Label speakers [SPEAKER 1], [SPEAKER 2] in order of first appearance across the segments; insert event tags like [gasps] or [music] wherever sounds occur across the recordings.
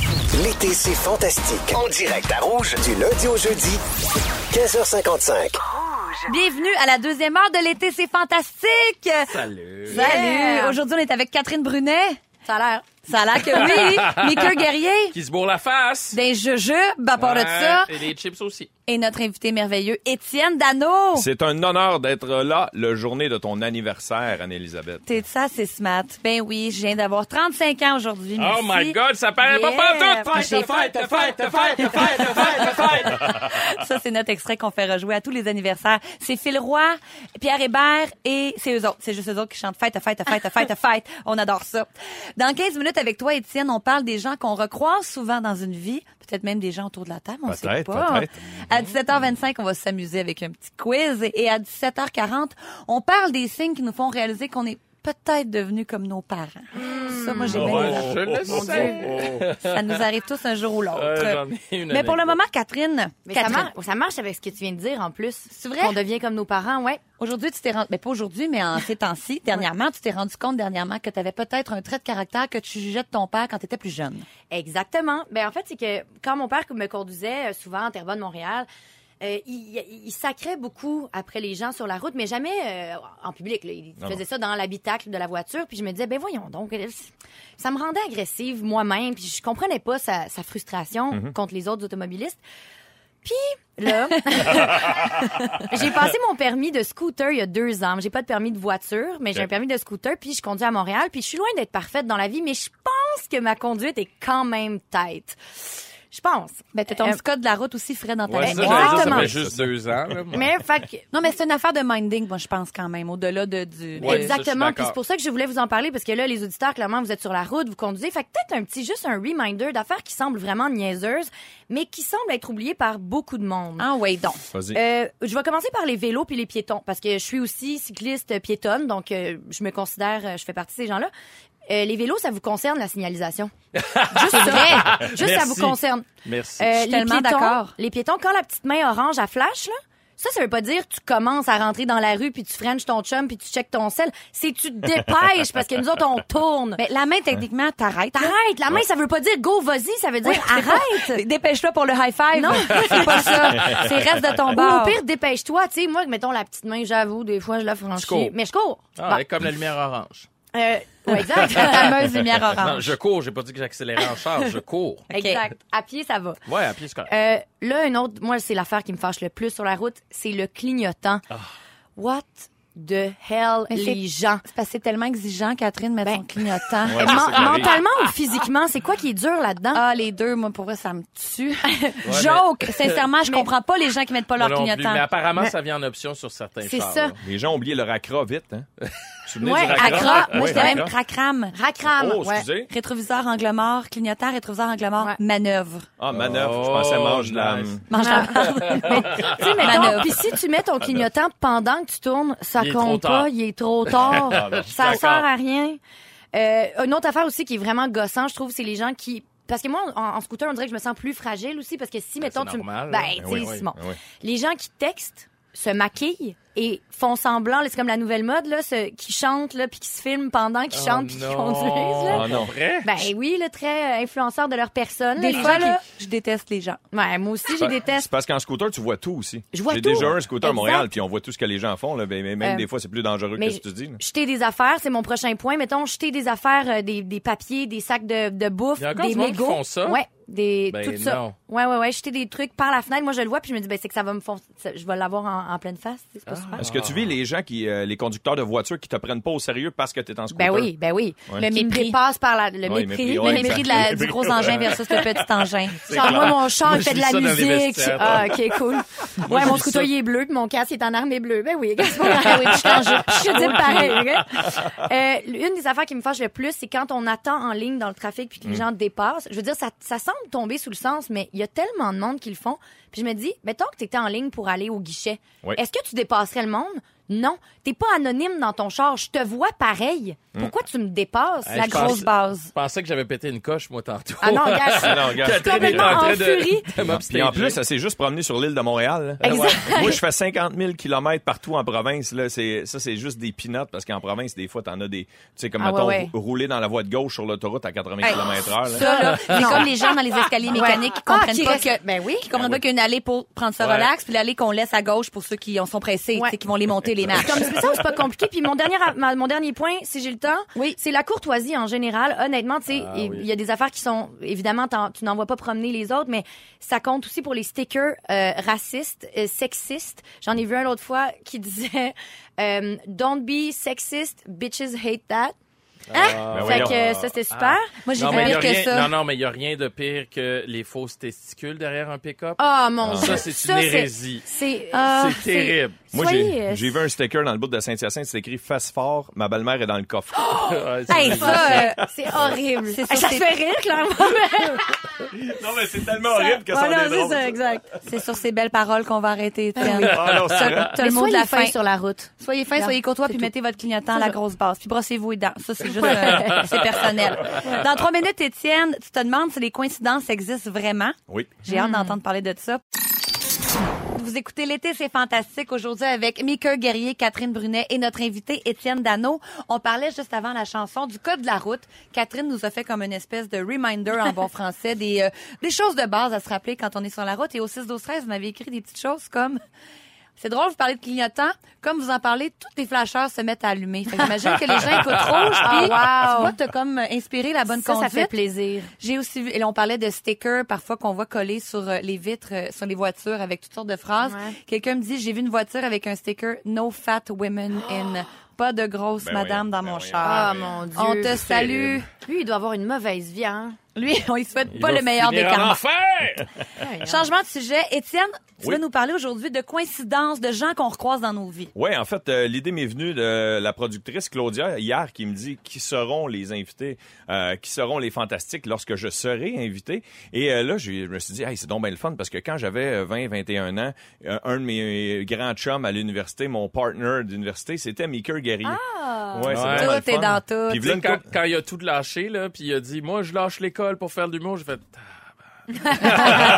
[SPEAKER 1] écoutez C'est fantastique en direct à Rouge du lundi au jeudi 15h55.
[SPEAKER 2] Bienvenue à la deuxième heure de l'été, c'est fantastique!
[SPEAKER 3] Salut.
[SPEAKER 2] Salut! Aujourd'hui, on est avec Catherine Brunet. Ça a l'air. Ça a l'air que
[SPEAKER 3] [laughs]
[SPEAKER 2] oui. Mickey Guerrier.
[SPEAKER 3] Qui se bourre la face.
[SPEAKER 2] Des jujubes, bah, à part de ça.
[SPEAKER 3] Et des chips aussi.
[SPEAKER 2] Et notre invité merveilleux, Étienne Dano.
[SPEAKER 4] C'est un honneur d'être là le journée de ton anniversaire, Anne-Elisabeth.
[SPEAKER 2] T'es de ça, c'est smart. Ben oui, je viens d'avoir 35 ans aujourd'hui.
[SPEAKER 3] Oh
[SPEAKER 2] merci.
[SPEAKER 3] my God, ça paraît
[SPEAKER 2] Yeah.
[SPEAKER 3] pas pantoute.
[SPEAKER 2] J'ai-
[SPEAKER 3] fête, fête, fête, fête, fête, fête.
[SPEAKER 2] Ça, c'est notre extrait qu'on fait rejouer à tous les anniversaires. C'est Phil Roy, Pierre Hébert et c'est eux autres. C'est juste eux autres qui chantent fête, fête, fête, fête,
[SPEAKER 5] [laughs]
[SPEAKER 2] fête. On adore ça. Dans 15 minutes avec toi, Étienne, on parle des gens qu'on recroise souvent dans une vie. Peut-être même des gens autour de la table, on sait
[SPEAKER 4] Peut-être,
[SPEAKER 2] pas.
[SPEAKER 4] peut-être.
[SPEAKER 2] À 17h25, on va s'amuser avec un petit quiz. Et- Et à 17h40, on parle des signes qui nous font réaliser qu'on est peut-être devenus comme nos parents. Ça, moi,
[SPEAKER 3] Hmm.
[SPEAKER 2] j'ai bien aimé.
[SPEAKER 3] Je le sais.
[SPEAKER 2] Ça nous arrive tous un jour ou l'autre.
[SPEAKER 3] Euh, j'en ai une
[SPEAKER 2] Mais pour le
[SPEAKER 3] anecdote.
[SPEAKER 2] moment, Catherine,
[SPEAKER 5] Mais ça,
[SPEAKER 2] Catherine,
[SPEAKER 5] mar- ça marche avec ce que tu viens de dire en plus. C'est
[SPEAKER 2] vrai?
[SPEAKER 5] Qu'on devient comme nos parents, ouais.
[SPEAKER 2] Aujourd'hui, tu t'es rendu, mais pas aujourd'hui, mais en ces [laughs] temps-ci, dernièrement, tu t'es rendu compte dernièrement que tu avais peut-être un trait de caractère que tu jugeais de ton père quand tu étais plus jeune.
[SPEAKER 5] Exactement. Ben en fait, c'est que quand mon père me conduisait euh, souvent en Terrebonne, Montréal, euh, il, il- il sacrait beaucoup après les gens sur la route, mais jamais euh, en public. là. Il
[SPEAKER 4] Non,
[SPEAKER 5] faisait
[SPEAKER 4] non.
[SPEAKER 5] ça dans l'habitacle de la voiture, puis je me disais, ben voyons donc, euh, ça me rendait agressive moi-même, puis je comprenais pas sa, sa frustration
[SPEAKER 4] Mm-hmm.
[SPEAKER 5] contre les autres automobilistes. Puis
[SPEAKER 2] [laughs]
[SPEAKER 5] là, [laughs] j'ai passé mon permis de scooter il y a deux ans. J'ai pas de permis de voiture, mais j'ai
[SPEAKER 4] Ok.
[SPEAKER 5] un permis de scooter, puis je conduis à Montréal, puis je suis loin d'être parfaite dans la vie, mais je pense que ma conduite est quand même tête. Je pense.
[SPEAKER 2] Ben, t'as ton
[SPEAKER 5] Euh,
[SPEAKER 2] petit code de la route aussi frais dans ta
[SPEAKER 3] Ouais,
[SPEAKER 2] vie.
[SPEAKER 3] ça, j'allais dire, ça
[SPEAKER 5] Exactement.
[SPEAKER 3] fait juste deux ans. là, moi.
[SPEAKER 5] Mais fait que-
[SPEAKER 2] Non, mais c'est une affaire de minding, moi, je pense quand même, au-delà de du.
[SPEAKER 3] [laughs] Ouais, ça, je suis
[SPEAKER 5] Exactement. Puis
[SPEAKER 3] d'accord.
[SPEAKER 5] c'est pour ça que je voulais vous en parler parce que là, les auditeurs, clairement, vous êtes sur la route, vous conduisez. Fait que peut-être un petit, juste un reminder d'affaires qui semblent vraiment niaiseuses, mais qui semblent être oubliées par beaucoup de monde.
[SPEAKER 2] Ah ouais, donc.
[SPEAKER 4] [laughs] Vas-y.
[SPEAKER 5] Euh, je vais commencer par les vélos puis les piétons parce que je suis aussi cycliste euh, piétonne, donc euh, je me considère, euh, je fais partie de ces gens-là. Euh, les vélos, ça vous concerne la signalisation. Juste ça. Juste ça
[SPEAKER 3] Merci.
[SPEAKER 5] vous concerne.
[SPEAKER 3] Merci.
[SPEAKER 5] Euh,
[SPEAKER 2] suis
[SPEAKER 5] les
[SPEAKER 2] tellement
[SPEAKER 5] piétons-
[SPEAKER 2] d'accord.
[SPEAKER 5] Les piétons, quand la petite main orange à flash, là, ça, ça veut pas dire tu commences à rentrer dans la rue puis tu frenches ton chum puis tu checkes ton sel. C'est tu te dépêches parce que nous autres, on tourne.
[SPEAKER 2] Mais la main, techniquement, t'arrêtes. là.
[SPEAKER 5] Arrête, la main, ça veut pas dire go, vas-y, ça veut dire
[SPEAKER 2] [laughs]
[SPEAKER 5] arrête.
[SPEAKER 2] Dépêche-toi pour le high five. Non, [laughs] c'est pas ça. [laughs] C'est reste de ton
[SPEAKER 5] Ou au
[SPEAKER 2] bord.
[SPEAKER 5] pire, dépêche-toi. Tu sais, moi, mettons la petite main, j'avoue, des fois, je la
[SPEAKER 3] Tu cours.
[SPEAKER 5] franchis. Mais je cours.
[SPEAKER 3] Ah,
[SPEAKER 5] Bon.
[SPEAKER 3] ouais, comme la lumière orange.
[SPEAKER 5] Euh,
[SPEAKER 2] [laughs]
[SPEAKER 5] ouais, exact.
[SPEAKER 2] la fameuse lumière
[SPEAKER 3] [laughs] Non,
[SPEAKER 2] orange.
[SPEAKER 3] je cours, j'ai pas dit que j'accélérais en charge, je cours.
[SPEAKER 5] Exact. À pied, ça va.
[SPEAKER 3] Ouais, à pied, c'est correct.
[SPEAKER 5] Euh, là, une autre, moi, c'est l'affaire qui me fâche le plus sur la route, c'est le clignotant.
[SPEAKER 4] Ah.
[SPEAKER 5] What the hell,
[SPEAKER 2] Mais c'est-
[SPEAKER 5] les gens?
[SPEAKER 2] C'est parce que c'est tellement exigeant, Catherine, mais
[SPEAKER 5] Ben.
[SPEAKER 2] son
[SPEAKER 3] [laughs]
[SPEAKER 2] clignotant.
[SPEAKER 4] Ouais,
[SPEAKER 5] Men-
[SPEAKER 4] Ah, c'est ça qui arrive.
[SPEAKER 5] mentalement ou physiquement, c'est quoi qui est dur là-dedans?
[SPEAKER 3] Hein?
[SPEAKER 2] Ah, les deux, moi, pour vrai, ça me
[SPEAKER 3] [laughs]
[SPEAKER 2] [laughs] tue. Joke! Sincèrement, je comprends pas les gens qui mettent pas leur
[SPEAKER 3] Moi non plus,
[SPEAKER 2] clignotant.
[SPEAKER 3] mais apparemment, ça vient en option sur certains
[SPEAKER 5] C'est
[SPEAKER 3] chars,
[SPEAKER 5] ça.
[SPEAKER 3] là.
[SPEAKER 4] Les gens ont oublié leur accra vite, hein? Vous vous souvenez
[SPEAKER 5] Ouais,
[SPEAKER 4] du racra?
[SPEAKER 3] Ah
[SPEAKER 2] Accra, moi,
[SPEAKER 4] Ouais,
[SPEAKER 2] j'étais même
[SPEAKER 4] accra.
[SPEAKER 2] cracram.
[SPEAKER 5] Racram.
[SPEAKER 4] Oh,
[SPEAKER 5] ouais.
[SPEAKER 4] excusez.
[SPEAKER 2] Rétroviseur angle mort, clignotant, rétroviseur angle mort,
[SPEAKER 5] Ouais.
[SPEAKER 2] manœuvre.
[SPEAKER 4] Ah, manœuvre. je
[SPEAKER 3] Oh,
[SPEAKER 4] pensais mange la...
[SPEAKER 3] nice.
[SPEAKER 2] Mange la barbe.
[SPEAKER 5] Ah. [laughs]
[SPEAKER 2] [laughs]
[SPEAKER 5] Tu sais, mettons,
[SPEAKER 2] Manœuvre.
[SPEAKER 5] Ah, puis si tu mets ton clignotant pendant que tu tournes, ça
[SPEAKER 3] Ah, Il est trop
[SPEAKER 5] compte
[SPEAKER 3] tard.
[SPEAKER 5] pas, il est
[SPEAKER 3] [laughs]
[SPEAKER 5] trop tard.
[SPEAKER 3] non, je suis
[SPEAKER 5] ça sert
[SPEAKER 3] d'accord.
[SPEAKER 5] à rien. Euh, une autre affaire aussi qui est vraiment gossant, je trouve, c'est les gens qui parce que moi, en, en scooter, on dirait que je me sens plus fragile aussi parce que si, mettons,
[SPEAKER 3] c'est
[SPEAKER 5] tu...
[SPEAKER 3] normal,
[SPEAKER 5] ben,
[SPEAKER 3] là.
[SPEAKER 5] tu
[SPEAKER 4] Ben
[SPEAKER 5] sais,
[SPEAKER 4] oui, oui,
[SPEAKER 5] Simon,
[SPEAKER 4] ben oui.
[SPEAKER 5] les gens qui textent se maquillent et font semblant, là, c'est comme la nouvelle mode, là, ce- qui chantent, là, puis qui se filment pendant qu'ils
[SPEAKER 3] Oh
[SPEAKER 5] chantent, puis qui conduisent, là.
[SPEAKER 4] Ah, non.
[SPEAKER 3] Vrai?
[SPEAKER 5] Ben oui, le très euh, influenceur de leur personne.
[SPEAKER 2] Des
[SPEAKER 5] là, les
[SPEAKER 2] fois,
[SPEAKER 5] gens qui-
[SPEAKER 2] là, je déteste les gens.
[SPEAKER 5] Ouais, moi aussi, je
[SPEAKER 4] Ben,
[SPEAKER 5] déteste.
[SPEAKER 4] C'est parce qu'en scooter, tu vois tout aussi.
[SPEAKER 5] Je vois
[SPEAKER 4] J'ai
[SPEAKER 5] tout.
[SPEAKER 4] déjà un scooter à Montréal,
[SPEAKER 5] Exact.
[SPEAKER 4] puis on voit tout ce que les gens font. Là, mais mais même
[SPEAKER 5] Euh,
[SPEAKER 4] des fois, c'est plus dangereux que
[SPEAKER 5] Mais
[SPEAKER 4] ce que tu dis. là.
[SPEAKER 5] jeter des affaires, c'est mon prochain point. Mettons, jeter des affaires, euh, des, des papiers, des sacs de, de bouffe,
[SPEAKER 3] Il y a encore
[SPEAKER 5] des
[SPEAKER 3] du monde qui
[SPEAKER 5] mégots.
[SPEAKER 3] font ça?
[SPEAKER 5] Ouais, des
[SPEAKER 3] Ben
[SPEAKER 5] tout ça.
[SPEAKER 3] non.
[SPEAKER 5] Ouais, ouais, ouais, jeter des trucs par la fenêtre. Moi, je le vois, puis je me dis, ben c'est que ça va me fon- ça- je vais l'avoir en, en pleine face. C'est pas
[SPEAKER 3] Ah.
[SPEAKER 5] super.
[SPEAKER 4] Est-ce que tu vis les gens qui, euh, les conducteurs de voitures qui te prennent pas au sérieux parce que t'es en scooter?
[SPEAKER 5] Ben oui, ben oui.
[SPEAKER 4] Ouais.
[SPEAKER 5] Le
[SPEAKER 2] mépris.
[SPEAKER 5] mépris passe par la, le
[SPEAKER 4] Ouais,
[SPEAKER 5] mépris.
[SPEAKER 4] mépris,
[SPEAKER 5] Le
[SPEAKER 4] ouais,
[SPEAKER 2] Le mépris de la- Euh, du gros engin versus le
[SPEAKER 3] [laughs]
[SPEAKER 2] petit engin.
[SPEAKER 5] Genre, moi, mon char,
[SPEAKER 3] Moi,
[SPEAKER 5] il
[SPEAKER 3] je
[SPEAKER 5] fait de
[SPEAKER 3] vis
[SPEAKER 5] la
[SPEAKER 3] ça dans les
[SPEAKER 5] musique.
[SPEAKER 3] vestiaires.
[SPEAKER 5] Ah, OK, cool.
[SPEAKER 3] Moi,
[SPEAKER 5] ouais,
[SPEAKER 3] je
[SPEAKER 5] mon
[SPEAKER 3] vis
[SPEAKER 5] scooter,
[SPEAKER 3] ça.
[SPEAKER 5] il est bleu, puis mon casque, il est en armée bleue. Ben oui, gars, c'est pas grave. oui, je t'en jure. Je suis dit pareil, OK? Euh, une des affaires qui me fâche le plus, c'est quand on attend en ligne dans le trafic, puis que les
[SPEAKER 3] Mm.
[SPEAKER 5] gens te dépassent. Je veux dire, ça, ça semble tomber sous le sens, mais il y a tellement ben, de monde qui le font. Puis je me dis, mettons que t'étais en ligne pour aller au guichet.
[SPEAKER 4] Oui.
[SPEAKER 5] Est-ce que tu dépasserais le monde? Non, t'es pas anonyme dans ton char. Je te vois pareil. Pourquoi tu me dépasses?
[SPEAKER 3] Mm. Hey,
[SPEAKER 5] la
[SPEAKER 3] je
[SPEAKER 5] grosse
[SPEAKER 3] pense-
[SPEAKER 5] base.
[SPEAKER 3] Je pensais que j'avais pété une coche, moi, tantôt.
[SPEAKER 5] Ah non,
[SPEAKER 3] [laughs]
[SPEAKER 5] gars, je suis-
[SPEAKER 4] Ah non, regarde,
[SPEAKER 5] je suis complètement
[SPEAKER 3] est en train
[SPEAKER 5] en
[SPEAKER 3] de-
[SPEAKER 5] furie.
[SPEAKER 3] [laughs] de m'obstiner.
[SPEAKER 4] Puis en plus, ça s'est juste promené sur l'île de Montréal. là.
[SPEAKER 5] Exact.
[SPEAKER 4] Ouais. Moi, je fais 50 000 kilomètres partout en province. Là. C'est, ça, c'est juste des pinottes parce qu'en province, des fois, t'en as des. Tu sais, comme
[SPEAKER 5] Ah,
[SPEAKER 4] mettons,
[SPEAKER 5] ouais, ouais.
[SPEAKER 4] rou- rouler dans la voie de gauche sur l'autoroute à 80
[SPEAKER 2] Hey,
[SPEAKER 4] km/h. là.
[SPEAKER 2] Ça, là, c'est
[SPEAKER 5] Non.
[SPEAKER 2] comme les gens dans les escaliers
[SPEAKER 5] Ouais.
[SPEAKER 2] mécaniques qui
[SPEAKER 5] Ah,
[SPEAKER 2] comprennent
[SPEAKER 5] qui
[SPEAKER 2] pas
[SPEAKER 5] restent-
[SPEAKER 2] que.
[SPEAKER 5] Ben oui.
[SPEAKER 2] Qui comprennent pas qu'il y a une allée pour prendre ça
[SPEAKER 4] Ouais.
[SPEAKER 2] relax, puis l'allée qu'on laisse à gauche pour ceux qui en sont pressés,
[SPEAKER 5] Ouais.
[SPEAKER 2] tu sais, qui vont les monter
[SPEAKER 3] [laughs]
[SPEAKER 2] les marches.
[SPEAKER 5] Comme c'est ça, c'est pas compliqué. Puis mon dernier, ma- mon dernier point, si j'ai le temps,
[SPEAKER 2] Oui.
[SPEAKER 5] c'est la courtoisie en général. Honnêtement, tu sais,
[SPEAKER 3] Ah
[SPEAKER 5] il
[SPEAKER 3] oui.
[SPEAKER 5] y a des affaires qui sont évidemment t'en- tu n'en vois pas promener les autres, mais ça compte aussi pour les stickers euh, racistes, euh, sexistes. J'en ai vu un l'autre fois qui disait euh, "Don't be sexist, bitches hate that."
[SPEAKER 3] Ah.
[SPEAKER 5] Hein?
[SPEAKER 4] Ben
[SPEAKER 5] fait
[SPEAKER 4] voyons.
[SPEAKER 5] que ça c'était super.
[SPEAKER 2] Ah. Moi, j'ai
[SPEAKER 3] Non, mais
[SPEAKER 2] fait
[SPEAKER 3] il y a
[SPEAKER 2] pire que
[SPEAKER 3] rien-
[SPEAKER 2] ça.
[SPEAKER 3] Non, non, mais il n'y a rien de pire que les fausses testicules derrière un pick-up.
[SPEAKER 5] Ah mon
[SPEAKER 3] Ça,
[SPEAKER 5] dieu.
[SPEAKER 3] c'est une hérésie.
[SPEAKER 5] C'est
[SPEAKER 2] Ah,
[SPEAKER 3] c'est terrible.
[SPEAKER 4] Moi,
[SPEAKER 5] Soyez, euh,
[SPEAKER 4] j'ai, j'ai vu un sticker dans le bout de Saint-Hyacinthe, c'est écrit Face fort, ma belle-mère est dans le coffre.
[SPEAKER 5] Oh!
[SPEAKER 3] Ouais, Ah, c'est-
[SPEAKER 2] Hey, ça, euh,
[SPEAKER 5] C'est horrible.
[SPEAKER 2] C'est
[SPEAKER 5] ça
[SPEAKER 2] sûr,
[SPEAKER 5] se
[SPEAKER 2] c'est-
[SPEAKER 5] fait rire, clairement.
[SPEAKER 4] [laughs] non, mais c'est tellement horrible que
[SPEAKER 5] Ouais, non, c'est ça, exact.
[SPEAKER 2] c'est sur ces belles paroles qu'on va arrêter, Étienne.
[SPEAKER 4] Ah non, c'est vrai.
[SPEAKER 2] T'as le mot de la fin.
[SPEAKER 5] sur la route.
[SPEAKER 2] Soyez fin, soyez courtois, puis mettez votre clignotant à la
[SPEAKER 5] ça.
[SPEAKER 2] grosse base. Puis brossez-vous les dents. Ça, c'est juste euh, c'est personnel. Dans trois minutes, Étienne, tu te demandes si les coïncidences existent vraiment.
[SPEAKER 4] Oui.
[SPEAKER 2] J'ai
[SPEAKER 5] Hmm.
[SPEAKER 2] hâte d'entendre parler de ça. Vous écoutez l'été, c'est fantastique. Aujourd'hui, avec Mika Guerrier, Catherine Brunet et notre invité Étienne Dano, on parlait juste avant la chanson du code de la route. Catherine nous a fait comme une espèce de reminder en
[SPEAKER 5] [laughs]
[SPEAKER 2] bon français des euh, des choses de base à se rappeler quand on est sur la route. Et au 6 12 13, vous m'avez écrit des petites choses comme c'est drôle, vous parlez de clignotants. Comme vous en parlez, tous les flasheurs se mettent à allumer. Fait que J'imagine que les gens écoutent rouge. Puis,
[SPEAKER 5] Ah, wow.
[SPEAKER 2] tu vois, t'as comme inspiré la bonne
[SPEAKER 5] ça,
[SPEAKER 2] conduite.
[SPEAKER 5] ça fait plaisir.
[SPEAKER 2] J'ai aussi vu, et là, on parlait de stickers parfois qu'on voit collés sur euh, les vitres, euh, sur les voitures avec toutes sortes de phrases.
[SPEAKER 5] Ouais.
[SPEAKER 2] Quelqu'un me dit, j'ai vu une voiture avec un sticker No fat women in.
[SPEAKER 5] [gasps]
[SPEAKER 2] Pas de grosse
[SPEAKER 4] Ben
[SPEAKER 2] madame
[SPEAKER 4] oui,
[SPEAKER 2] dans
[SPEAKER 4] ben
[SPEAKER 2] mon
[SPEAKER 4] oui.
[SPEAKER 2] char.
[SPEAKER 5] Ah, mon Dieu.
[SPEAKER 2] on te salue.
[SPEAKER 5] Lui, il doit avoir une mauvaise vie, hein?
[SPEAKER 2] Lui, [laughs] on lui souhaite
[SPEAKER 3] Il
[SPEAKER 2] pas
[SPEAKER 3] va
[SPEAKER 2] le meilleur des
[SPEAKER 3] finir en
[SPEAKER 2] karmas.
[SPEAKER 3] enfer!
[SPEAKER 2] Changement de sujet. Étienne, tu
[SPEAKER 4] Oui.
[SPEAKER 2] vas nous parler aujourd'hui de coïncidences, de gens qu'on recroise dans nos vies.
[SPEAKER 4] Oui, en fait, euh, l'idée m'est venue de la productrice Claudia hier qui me dit qui seront les invités, euh, qui seront les fantastiques lorsque je serai invité. Et euh, là, j'ai- je me suis dit, hey, c'est donc bien le fun parce que quand j'avais euh, 20, 21 ans, euh, un de mes grands chums à l'université, mon partner d'université, c'était Mickey Guerrier. Ah! Ouais, c'est
[SPEAKER 3] Ouais.
[SPEAKER 4] vraiment le
[SPEAKER 2] Tout est
[SPEAKER 4] fun.
[SPEAKER 2] dans tout.
[SPEAKER 4] Puis
[SPEAKER 3] Tu sais,
[SPEAKER 4] voilà une
[SPEAKER 3] quand,
[SPEAKER 4] couple-
[SPEAKER 3] quand il a tout lâché, là, puis il a dit, moi, je lâche l'école pour faire de l'humour, j'ai fait, Ah,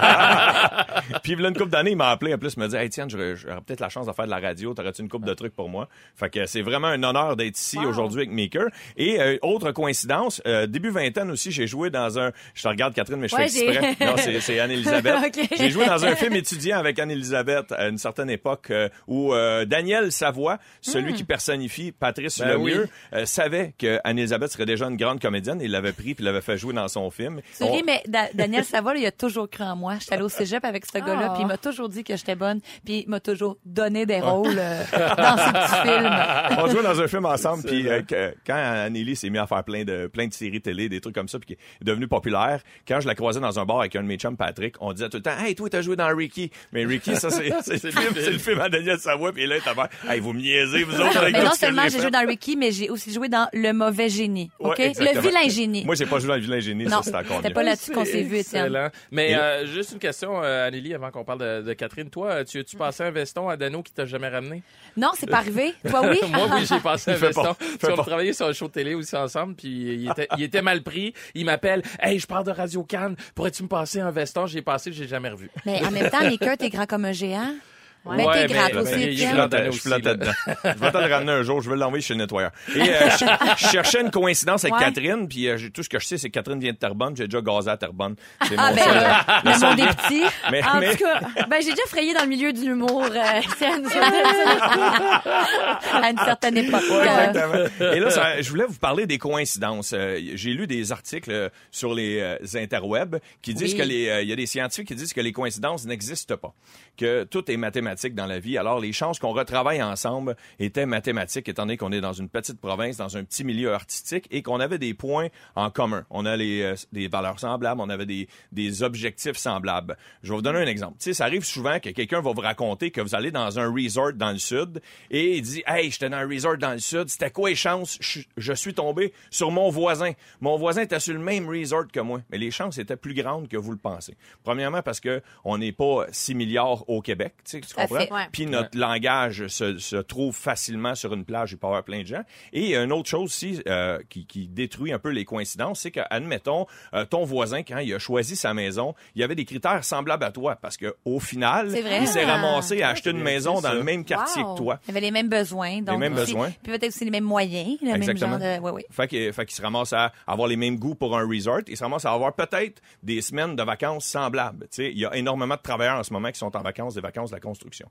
[SPEAKER 4] Puis voilà une couple d'années, il m'a appelé. En plus, il m'a dit, hey, tiens, j'aurais j'aurais peut-être la chance de faire de la radio. T'aurais-tu une coupe de trucs pour moi? Fait que c'est vraiment un honneur d'être ici aujourd'hui avec Maker. Et euh, autre coïncidence, euh, début vingtaine aussi, j'ai joué dans un. Je te regarde, Catherine, mais je
[SPEAKER 5] Ouais,
[SPEAKER 4] fais exprès. Non, c'est- c'est Anne-Elisabeth.
[SPEAKER 5] [laughs] Ok.
[SPEAKER 4] J'ai joué dans un film étudiant avec Anne-Elisabeth à une certaine époque euh, où euh, Daniel Savoie, celui
[SPEAKER 5] Hmm.
[SPEAKER 4] qui personnifie Patrice
[SPEAKER 3] Ben
[SPEAKER 4] Lemieux, euh, savait que Anne-Elisabeth serait déjà une grande comédienne. Il l'avait pris puis l'avait fait jouer dans son film.
[SPEAKER 2] Tu
[SPEAKER 4] On-
[SPEAKER 2] ris, mais Da- Daniel Savoie, là, il a toujours cru en moi. J'étais allée au cégep avec ce gars-là,
[SPEAKER 5] Ah.
[SPEAKER 2] puis il m'a toujours dit que j'étais bonne, puis il m'a toujours donné des rôles euh, dans ses petits films.
[SPEAKER 4] on jouait dans un film ensemble, puis euh, que- quand Anneli s'est mise à faire plein de, plein de séries télé, des trucs comme ça, puis qui est devenue populaire, quand je la croisais dans un bar avec un de mes chums, Patrick, on disait tout le temps « Hey, toi, t'as joué dans Ricky! » Mais Ricky, ça, c'est c'est le, film- c'est le film à Daniel Savoie, puis là, t'as fait « Hey, vous me niaisez, vous autres! » [laughs] avec
[SPEAKER 2] Mais
[SPEAKER 4] tout
[SPEAKER 2] non
[SPEAKER 4] ce que
[SPEAKER 2] seulement j'ai
[SPEAKER 4] fait.
[SPEAKER 2] joué dans Ricky, mais j'ai aussi joué dans Le Mauvais Génie.
[SPEAKER 4] Ouais,
[SPEAKER 2] OK? le
[SPEAKER 4] exactement.
[SPEAKER 2] vilain génie.
[SPEAKER 4] Moi, j'ai pas joué dans Le Vilain Génie,
[SPEAKER 2] Non,
[SPEAKER 4] ça, c'est encore
[SPEAKER 2] c'était
[SPEAKER 4] mieux.
[SPEAKER 2] pas là-dessus qu'on
[SPEAKER 3] C'est
[SPEAKER 2] s'est vu, Étienne.
[SPEAKER 3] excellent. Mais euh, juste une question, euh, Anneli, avant qu'on parle de, de Catherine. Toi, euh, tu as-tu passé un veston à Dano qui t'a jamais ramené?
[SPEAKER 2] Non, c'est pas arrivé. Toi,
[SPEAKER 4] [laughs]
[SPEAKER 2] oui?
[SPEAKER 3] [laughs] Moi, oui, j'ai passé un
[SPEAKER 4] fait
[SPEAKER 3] veston.
[SPEAKER 4] pas-
[SPEAKER 3] Puis
[SPEAKER 4] fait
[SPEAKER 3] on
[SPEAKER 4] pas.
[SPEAKER 3] travaillait sur un show de télé aussi ensemble, puis il était, il était mal pris. Il m'appelle. Hey, je pars de Radio Cannes. Pourrais-tu me passer un veston? J'ai passé, j'ai jamais revu.
[SPEAKER 2] [laughs] mais en même temps, Maker, t'es grand comme un géant.
[SPEAKER 3] Ouais.
[SPEAKER 2] Mais
[SPEAKER 3] Ouais,
[SPEAKER 2] t'es grand
[SPEAKER 3] mais-
[SPEAKER 2] aussi,
[SPEAKER 3] mais il est
[SPEAKER 4] Je
[SPEAKER 2] Étienne.
[SPEAKER 3] grand.
[SPEAKER 4] plantais-
[SPEAKER 3] Dano
[SPEAKER 4] je
[SPEAKER 3] aussi,
[SPEAKER 4] plantais
[SPEAKER 3] là.
[SPEAKER 4] dedans. Je vais te le ramener un jour, je vais l'envoyer chez le nettoyeur. Et euh, je, je cherchais une coïncidence avec
[SPEAKER 2] Ouais.
[SPEAKER 4] Catherine, puis euh, j'ai- tout ce que je sais, c'est que Catherine vient de Terrebonne, j'ai déjà gazé à Terrebonne. C'est
[SPEAKER 2] Ah,
[SPEAKER 4] mon
[SPEAKER 2] ben
[SPEAKER 4] seul, euh,
[SPEAKER 2] là,
[SPEAKER 4] le
[SPEAKER 2] le
[SPEAKER 4] seul
[SPEAKER 2] monde
[SPEAKER 4] lien.
[SPEAKER 2] est petit.
[SPEAKER 4] [laughs] Mais-
[SPEAKER 5] En
[SPEAKER 4] mais-
[SPEAKER 5] tout cas, ben, j'ai déjà frayé dans le milieu de l'humour.
[SPEAKER 2] [laughs]
[SPEAKER 5] euh, Étienne.
[SPEAKER 4] [laughs]
[SPEAKER 2] à une certaine époque.
[SPEAKER 4] Ouais,
[SPEAKER 2] Euh,
[SPEAKER 4] exactement. Et là, ça- je voulais vous parler des coïncidences. Euh, j'ai lu des articles euh, sur les euh, interwebs qui disent
[SPEAKER 2] Oui.
[SPEAKER 4] que les, euh, il y a des scientifiques qui disent que les coïncidences n'existent pas, que tout est mathématique dans la vie. Alors, les chances qu'on retravaille ensemble étaient mathématiques, étant donné qu'on est dans une petite province, dans un petit milieu artistique et qu'on avait des points en commun. On a les, euh, des valeurs semblables, on avait des, des objectifs semblables. Je vais vous donner un exemple. Tu sais, ça arrive souvent que quelqu'un va vous raconter que vous allez dans un resort dans le sud et il dit Hey, j'étais dans un resort dans le sud, c'était quoi les chances je, je suis tombé sur mon voisin. Mon voisin était sur le même resort que moi. Mais les chances étaient plus grandes que vous le pensez. Premièrement, parce que on n'est pas 6 milliards au Québec. Tu sais, tu tu comprends?
[SPEAKER 2] fait.
[SPEAKER 5] Ouais.
[SPEAKER 4] Puis notre langage se, se trouve facilement sur une plage, il peut y avoir plein de gens. Et une autre chose aussi euh, qui, qui détruit un peu les coïncidences, c'est que, admettons, euh, ton voisin, quand il a choisi sa maison, il y avait des critères semblables à toi, parce que au final,
[SPEAKER 2] C'est vrai.
[SPEAKER 4] il s'est ramassé à acheter une
[SPEAKER 3] c'est
[SPEAKER 4] maison dans
[SPEAKER 3] ça.
[SPEAKER 4] le même quartier
[SPEAKER 5] Wow.
[SPEAKER 4] que toi.
[SPEAKER 2] euh, Il y avait les mêmes besoins. Donc
[SPEAKER 4] mêmes
[SPEAKER 2] aussi-
[SPEAKER 4] besoins.
[SPEAKER 2] Puis peut-être aussi les mêmes moyens, le
[SPEAKER 4] Exactement.
[SPEAKER 2] même genre de. Ouais, ouais.
[SPEAKER 4] Fait qu'il fait qu'il se ramasse à avoir les mêmes goûts pour un resort. Il se ramasse à avoir peut-être des semaines de vacances semblables. Tu sais, il y a énormément de travailleurs en ce moment qui sont en vacances, des vacances de la construction.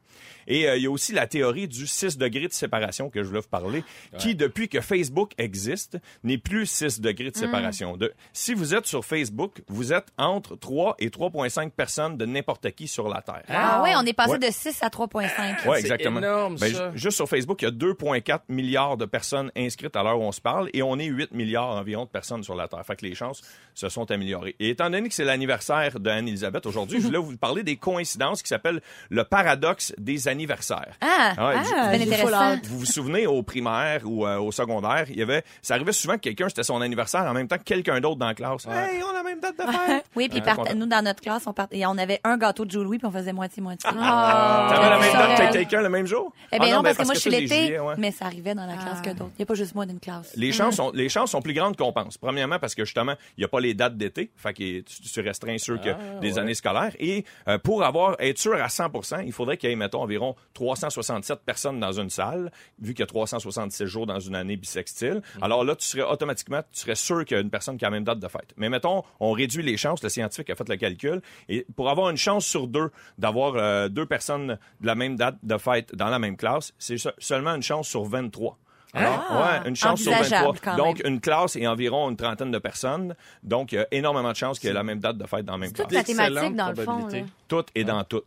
[SPEAKER 4] Et euh, il y a aussi la théorie du 6 degrés de séparation que je voulais vous parler, qui, depuis que Facebook existe, n'est plus 6 degrés de séparation. De, si vous êtes sur Facebook, vous êtes entre 3 et 3,5 personnes de n'importe qui sur la Terre.
[SPEAKER 2] Ah ouais, on est passé
[SPEAKER 4] Ouais.
[SPEAKER 2] de 6 à 3,5.
[SPEAKER 4] [laughs] Ouais,
[SPEAKER 3] C'est
[SPEAKER 4] exactement.
[SPEAKER 3] énorme,
[SPEAKER 4] Ben,
[SPEAKER 3] ça.
[SPEAKER 4] ju- Juste sur Facebook, il y a 2,4 milliards de personnes inscrites à l'heure où on se parle et on est 8 milliards environ de personnes sur la Terre. Fait que les chances se sont améliorées. Et étant donné que c'est l'anniversaire d'Anne-Elisabeth aujourd'hui,
[SPEAKER 2] [laughs]
[SPEAKER 4] je voulais vous parler des coïncidences qui s'appellent le paradoxe des anniversaires.
[SPEAKER 2] Ah,
[SPEAKER 4] Ah ouais,
[SPEAKER 2] ah,
[SPEAKER 4] du-
[SPEAKER 2] c'est bien
[SPEAKER 5] du
[SPEAKER 2] intéressant.
[SPEAKER 5] fallout.
[SPEAKER 4] Vous vous souvenez au primaire ou euh, au secondaire, il y avait, ça arrivait souvent que quelqu'un, c'était son anniversaire en même temps que quelqu'un d'autre dans la classe. Hey, on a la même date de
[SPEAKER 2] [laughs]
[SPEAKER 4] fête!
[SPEAKER 2] Oui, puis
[SPEAKER 4] Ouais.
[SPEAKER 2] parta- nous, dans notre classe, on, part- et on avait un gâteau de Joe Louis, puis on faisait moitié-moitié.
[SPEAKER 4] Ah, T'avais
[SPEAKER 2] c'est
[SPEAKER 4] la même date
[SPEAKER 2] Ah, ça.
[SPEAKER 4] que quelqu'un le même jour?
[SPEAKER 2] Eh
[SPEAKER 4] Ah
[SPEAKER 2] bien non,
[SPEAKER 4] ben,
[SPEAKER 2] parce, que moi, je suis
[SPEAKER 4] toi, t'es
[SPEAKER 2] l'été,
[SPEAKER 4] juillet, ouais.
[SPEAKER 2] mais ça arrivait dans la classe que d'autres. Il n'y a pas juste moi d'une classe.
[SPEAKER 4] Les chances, sont, les chances sont plus grandes qu'on pense. Premièrement, parce que justement, il n'y a pas les dates d'été. Fait que tu, tu restreins ceux que des années scolaires. Et euh, pour avoir, être sûr à 100 il faudrait qu'il y ait, mettons, environ 367 personnes dans une salle, vu qu'il y a 366 jours dans une année bissextile. Alors là, tu serais automatiquement, tu serais sûr qu'il y a une personne qui a la même date de fête. Mais mettons, on réduit les chances. Le scientifique a fait le calcul. Et pour avoir une chance sur deux d'avoir euh, deux personnes de la même date de fête dans la même classe, c'est se- seulement une chance sur 23. Alors, ouais, une chance sur
[SPEAKER 2] Envisageable,
[SPEAKER 4] 23.
[SPEAKER 2] quand même.
[SPEAKER 4] Donc, une classe et environ une trentaine de personnes. Donc, il y a énormément de chances qu'il y ait la même date de fête dans la même classe.
[SPEAKER 5] Toute mathématique,
[SPEAKER 3] Excellente
[SPEAKER 5] dans le fond.
[SPEAKER 3] probabilité.
[SPEAKER 4] Tout est dans tout.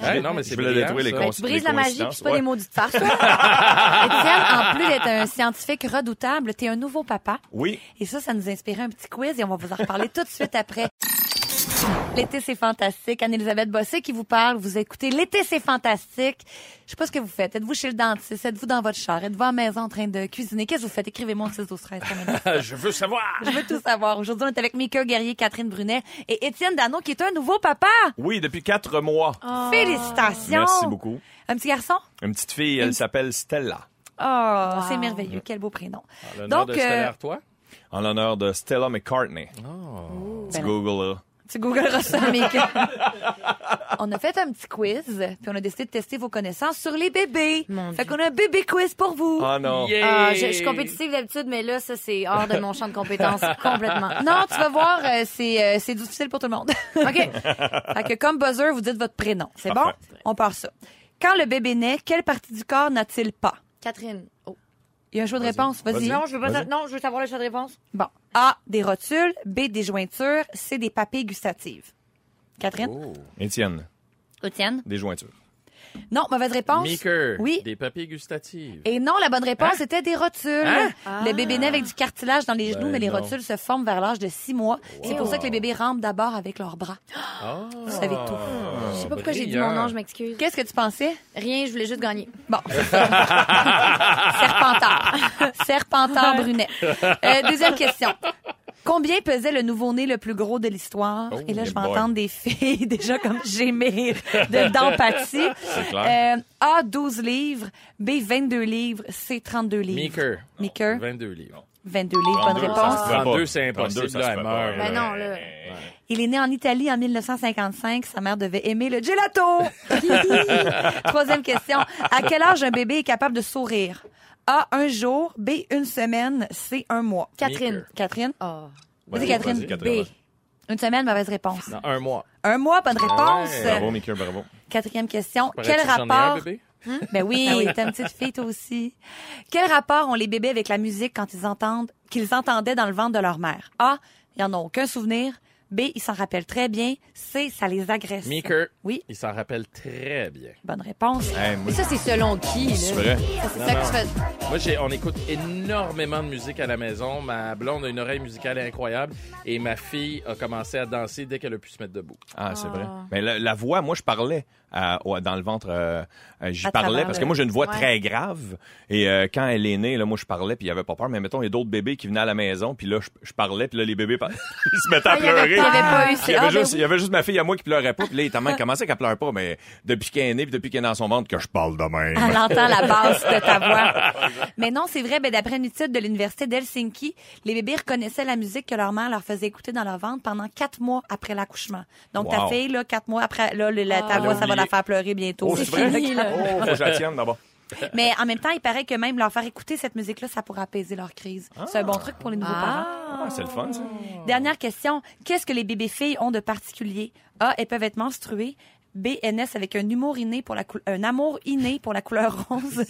[SPEAKER 3] Ouais, non, mais
[SPEAKER 4] Je
[SPEAKER 3] c'est
[SPEAKER 4] voulais
[SPEAKER 3] brillant,
[SPEAKER 4] détruire les
[SPEAKER 3] ça.
[SPEAKER 5] Ben,
[SPEAKER 4] cons-
[SPEAKER 5] tu
[SPEAKER 4] les
[SPEAKER 5] brises la magie, puis
[SPEAKER 4] coïncidences.
[SPEAKER 5] c'est pas
[SPEAKER 4] Ouais.
[SPEAKER 5] des maudites farces.
[SPEAKER 4] [laughs]
[SPEAKER 5] toi.
[SPEAKER 4] Ah.
[SPEAKER 2] Étienne, en plus d'être un scientifique redoutable, t'es un nouveau papa.
[SPEAKER 4] Oui.
[SPEAKER 2] Et ça, ça nous inspirait un petit quiz et on va vous en reparler tout de suite après. L'été, c'est fantastique. Anne-Elisabeth Bossé qui vous parle. Vous écoutez L'été, c'est fantastique. Je sais pas ce que vous faites. Êtes-vous chez le dentiste? Êtes-vous dans votre char? Êtes-vous à la maison en train de cuisiner? Qu'est-ce que vous faites? Écrivez-moi au 6 au 13.
[SPEAKER 3] Je veux savoir.
[SPEAKER 2] Je veux tout savoir. Aujourd'hui, on est avec Mika Guerrier, Catherine Brunet et Étienne Dano qui est un nouveau papa.
[SPEAKER 4] Oui, depuis quatre mois.
[SPEAKER 2] Félicitations.
[SPEAKER 4] Merci beaucoup.
[SPEAKER 2] Un petit garçon?
[SPEAKER 4] Une petite fille, elle s'appelle Stella.
[SPEAKER 2] Oh, c'est merveilleux. Quel beau prénom.
[SPEAKER 3] L'honneur de
[SPEAKER 2] euh,
[SPEAKER 3] Stellaire, toi.
[SPEAKER 4] En l'honneur de Stella McCartney. Tu
[SPEAKER 3] Oh.
[SPEAKER 2] ben,
[SPEAKER 4] Google là.
[SPEAKER 2] Tu googleras ça, Mika. [laughs] on a fait un petit quiz, puis on a décidé de tester vos connaissances sur les bébés.
[SPEAKER 5] Mon
[SPEAKER 2] fait qu'on a un bébé quiz pour vous.
[SPEAKER 4] Ah non.
[SPEAKER 5] Ah, je, je suis
[SPEAKER 4] [laughs]
[SPEAKER 5] compétitive d'habitude, mais là, ça, c'est hors de mon champ de compétences complètement.
[SPEAKER 2] Non, tu vas voir, euh, c'est euh, c'est difficile pour tout le monde. OK. fait que comme buzzer, vous dites votre prénom. C'est bon?
[SPEAKER 4] Parfait.
[SPEAKER 2] On part ça. Quand le bébé naît, quelle partie du corps n'a-t-il pas?
[SPEAKER 5] Catherine. Oh.
[SPEAKER 2] Il y a un choix de réponse. Vas-y.
[SPEAKER 5] Non, je veux pas.
[SPEAKER 4] Vas-y.
[SPEAKER 5] sa- Non, je veux savoir le choix de réponse.
[SPEAKER 2] Bon. A, des rotules. B, des jointures. C, des papilles gustatives. Catherine?
[SPEAKER 4] Étienne,
[SPEAKER 2] Étienne?
[SPEAKER 4] des jointures.
[SPEAKER 2] Non, mauvaise réponse.
[SPEAKER 3] Meeker.
[SPEAKER 2] Oui.
[SPEAKER 3] Des papilles gustatives.
[SPEAKER 2] Et non, la bonne réponse était des rotules.
[SPEAKER 3] Hein? Ben
[SPEAKER 2] Le bébé naît avec du cartilage dans les genoux, mais les
[SPEAKER 3] non.
[SPEAKER 2] rotules se forment vers l'âge de six mois. C'est pour ça que les bébés rampent d'abord avec leurs bras.
[SPEAKER 5] Ah.
[SPEAKER 3] Ah.
[SPEAKER 2] Vous savez tout.
[SPEAKER 5] Je sais pas pourquoi j'ai dit mon nom, je m'excuse.
[SPEAKER 2] Qu'est-ce que tu pensais?
[SPEAKER 5] Rien, je voulais juste gagner.
[SPEAKER 3] [laughs]
[SPEAKER 2] Bon, c'est ça. Serpentard. Serpentard brunet. Euh, deuxième question. Combien pesait le nouveau-né le plus gros de
[SPEAKER 3] Oh,
[SPEAKER 2] l'histoire? Et là, je vais
[SPEAKER 4] boy.
[SPEAKER 2] entendre des filles [laughs] déjà comme gémir de d'empathie.
[SPEAKER 4] clair.
[SPEAKER 2] Euh, A, 12 livres. B, 22 livres. C, 32 livres.
[SPEAKER 3] Meeker. Oh,
[SPEAKER 2] Meeker.
[SPEAKER 3] 22 livres.
[SPEAKER 2] 22 livres, bonne
[SPEAKER 4] 32,
[SPEAKER 2] réponse.
[SPEAKER 4] ça se fait pas.
[SPEAKER 3] 32, c'est impossible.
[SPEAKER 4] 32, ça se
[SPEAKER 3] là,
[SPEAKER 4] fait
[SPEAKER 3] elle
[SPEAKER 4] pas.
[SPEAKER 3] meurt.
[SPEAKER 5] Ben non, là.
[SPEAKER 2] Il est né en Italie en 1955. Sa mère devait aimer le [laughs] gelato. Troisième question. À quel âge un bébé est capable de sourire? A, un jour. B, une semaine. C, un mois.
[SPEAKER 5] Catherine.
[SPEAKER 2] Catherine?
[SPEAKER 5] Oh.
[SPEAKER 2] Vas-y,
[SPEAKER 4] Ouais,
[SPEAKER 2] Catherine.
[SPEAKER 4] vas-y, Catherine,
[SPEAKER 2] B. Une semaine, mauvaise réponse.
[SPEAKER 3] Dans un mois.
[SPEAKER 2] Un mois, bonne réponse.
[SPEAKER 3] ouais.
[SPEAKER 4] Bravo, Mickey, bravo.
[SPEAKER 2] Quatrième question.
[SPEAKER 3] Paraît-il
[SPEAKER 2] Quel
[SPEAKER 3] que j'en ai un,
[SPEAKER 2] rapport...
[SPEAKER 3] bébé?
[SPEAKER 2] Ben
[SPEAKER 4] Ah
[SPEAKER 2] oui, t'es une petite fille, toi aussi. Quel rapport ont les bébés avec la musique quand ils entendent, qu'ils entendaient dans le ventre de leur mère? A, ils en ont aucun souvenir. B, ils s'en rappellent très bien. C, ça les agresse.
[SPEAKER 3] Meeker.
[SPEAKER 2] Oui,
[SPEAKER 3] Il s'en rappelle très bien.
[SPEAKER 2] bonne réponse.
[SPEAKER 4] Hey, moi,
[SPEAKER 5] Mais ça, c'est selon qui, là?
[SPEAKER 4] c'est vrai.
[SPEAKER 5] Ça, C'est ça que tu fais.
[SPEAKER 3] Moi, j'ai, on écoute énormément de musique à la maison. Ma blonde a une oreille musicale incroyable et ma fille a commencé à danser dès qu'elle a pu se mettre debout.
[SPEAKER 4] Ah, c'est vrai. Mais la, la voix, moi, je parlais à- au- dans le ventre. euh, euh, J'y
[SPEAKER 2] À
[SPEAKER 4] parlais
[SPEAKER 2] travers
[SPEAKER 4] parce
[SPEAKER 2] le-
[SPEAKER 4] que moi, j'ai une voix
[SPEAKER 5] Ouais.
[SPEAKER 4] très grave. Et euh, quand elle est née, là, moi, je parlais, puis il n'y avait pas peur. Mais mettons, il y a d'autres bébés qui venaient à la maison, puis là, je, je parlais, puis là, les bébés par- [laughs] ils se mettaient à
[SPEAKER 5] Ah, il y avait
[SPEAKER 4] pleurer.
[SPEAKER 5] il n'y avait pas eu
[SPEAKER 4] Il y,
[SPEAKER 5] ça.
[SPEAKER 4] avait
[SPEAKER 5] Ah, ben
[SPEAKER 4] juste, il y avait juste ma fille à moi qui pleurait pas. Puis là, ta mère commençait qu'elle pleure pas, mais depuis qu'elle est née, puis depuis qu'elle est dans son ventre, que je parle de même.
[SPEAKER 5] Ah,
[SPEAKER 2] Elle entend la basse de ta voix. Mais non, c'est vrai, ben, d'après une étude de l'Université d'Helsinki, les bébés reconnaissaient la musique que leur mère leur faisait écouter dans leur ventre pendant quatre mois après l'accouchement. Donc, ta
[SPEAKER 4] Wow.
[SPEAKER 2] fille, là, quatre mois après, là, le- la- ta
[SPEAKER 5] Ah.
[SPEAKER 2] voix, ça va
[SPEAKER 4] Oublié.
[SPEAKER 2] la faire pleurer bientôt.
[SPEAKER 4] Oh, c'est vrai?
[SPEAKER 5] fini, là.
[SPEAKER 4] Oh, faut que je la tienne d'abord.
[SPEAKER 2] Mais en même temps, il paraît que même leur faire écouter cette musique-là, ça pourra apaiser leur crise. C'est un bon truc pour les nouveaux
[SPEAKER 4] Ah, c'est le fun, ça.
[SPEAKER 2] parents. Dernière question. Qu'est-ce que les bébés filles ont de particulier? A, elles peuvent être menstruées. B, elles naissent avec un humour inné pour la cou- un amour inné pour la
[SPEAKER 4] [laughs]
[SPEAKER 2] couleur rose.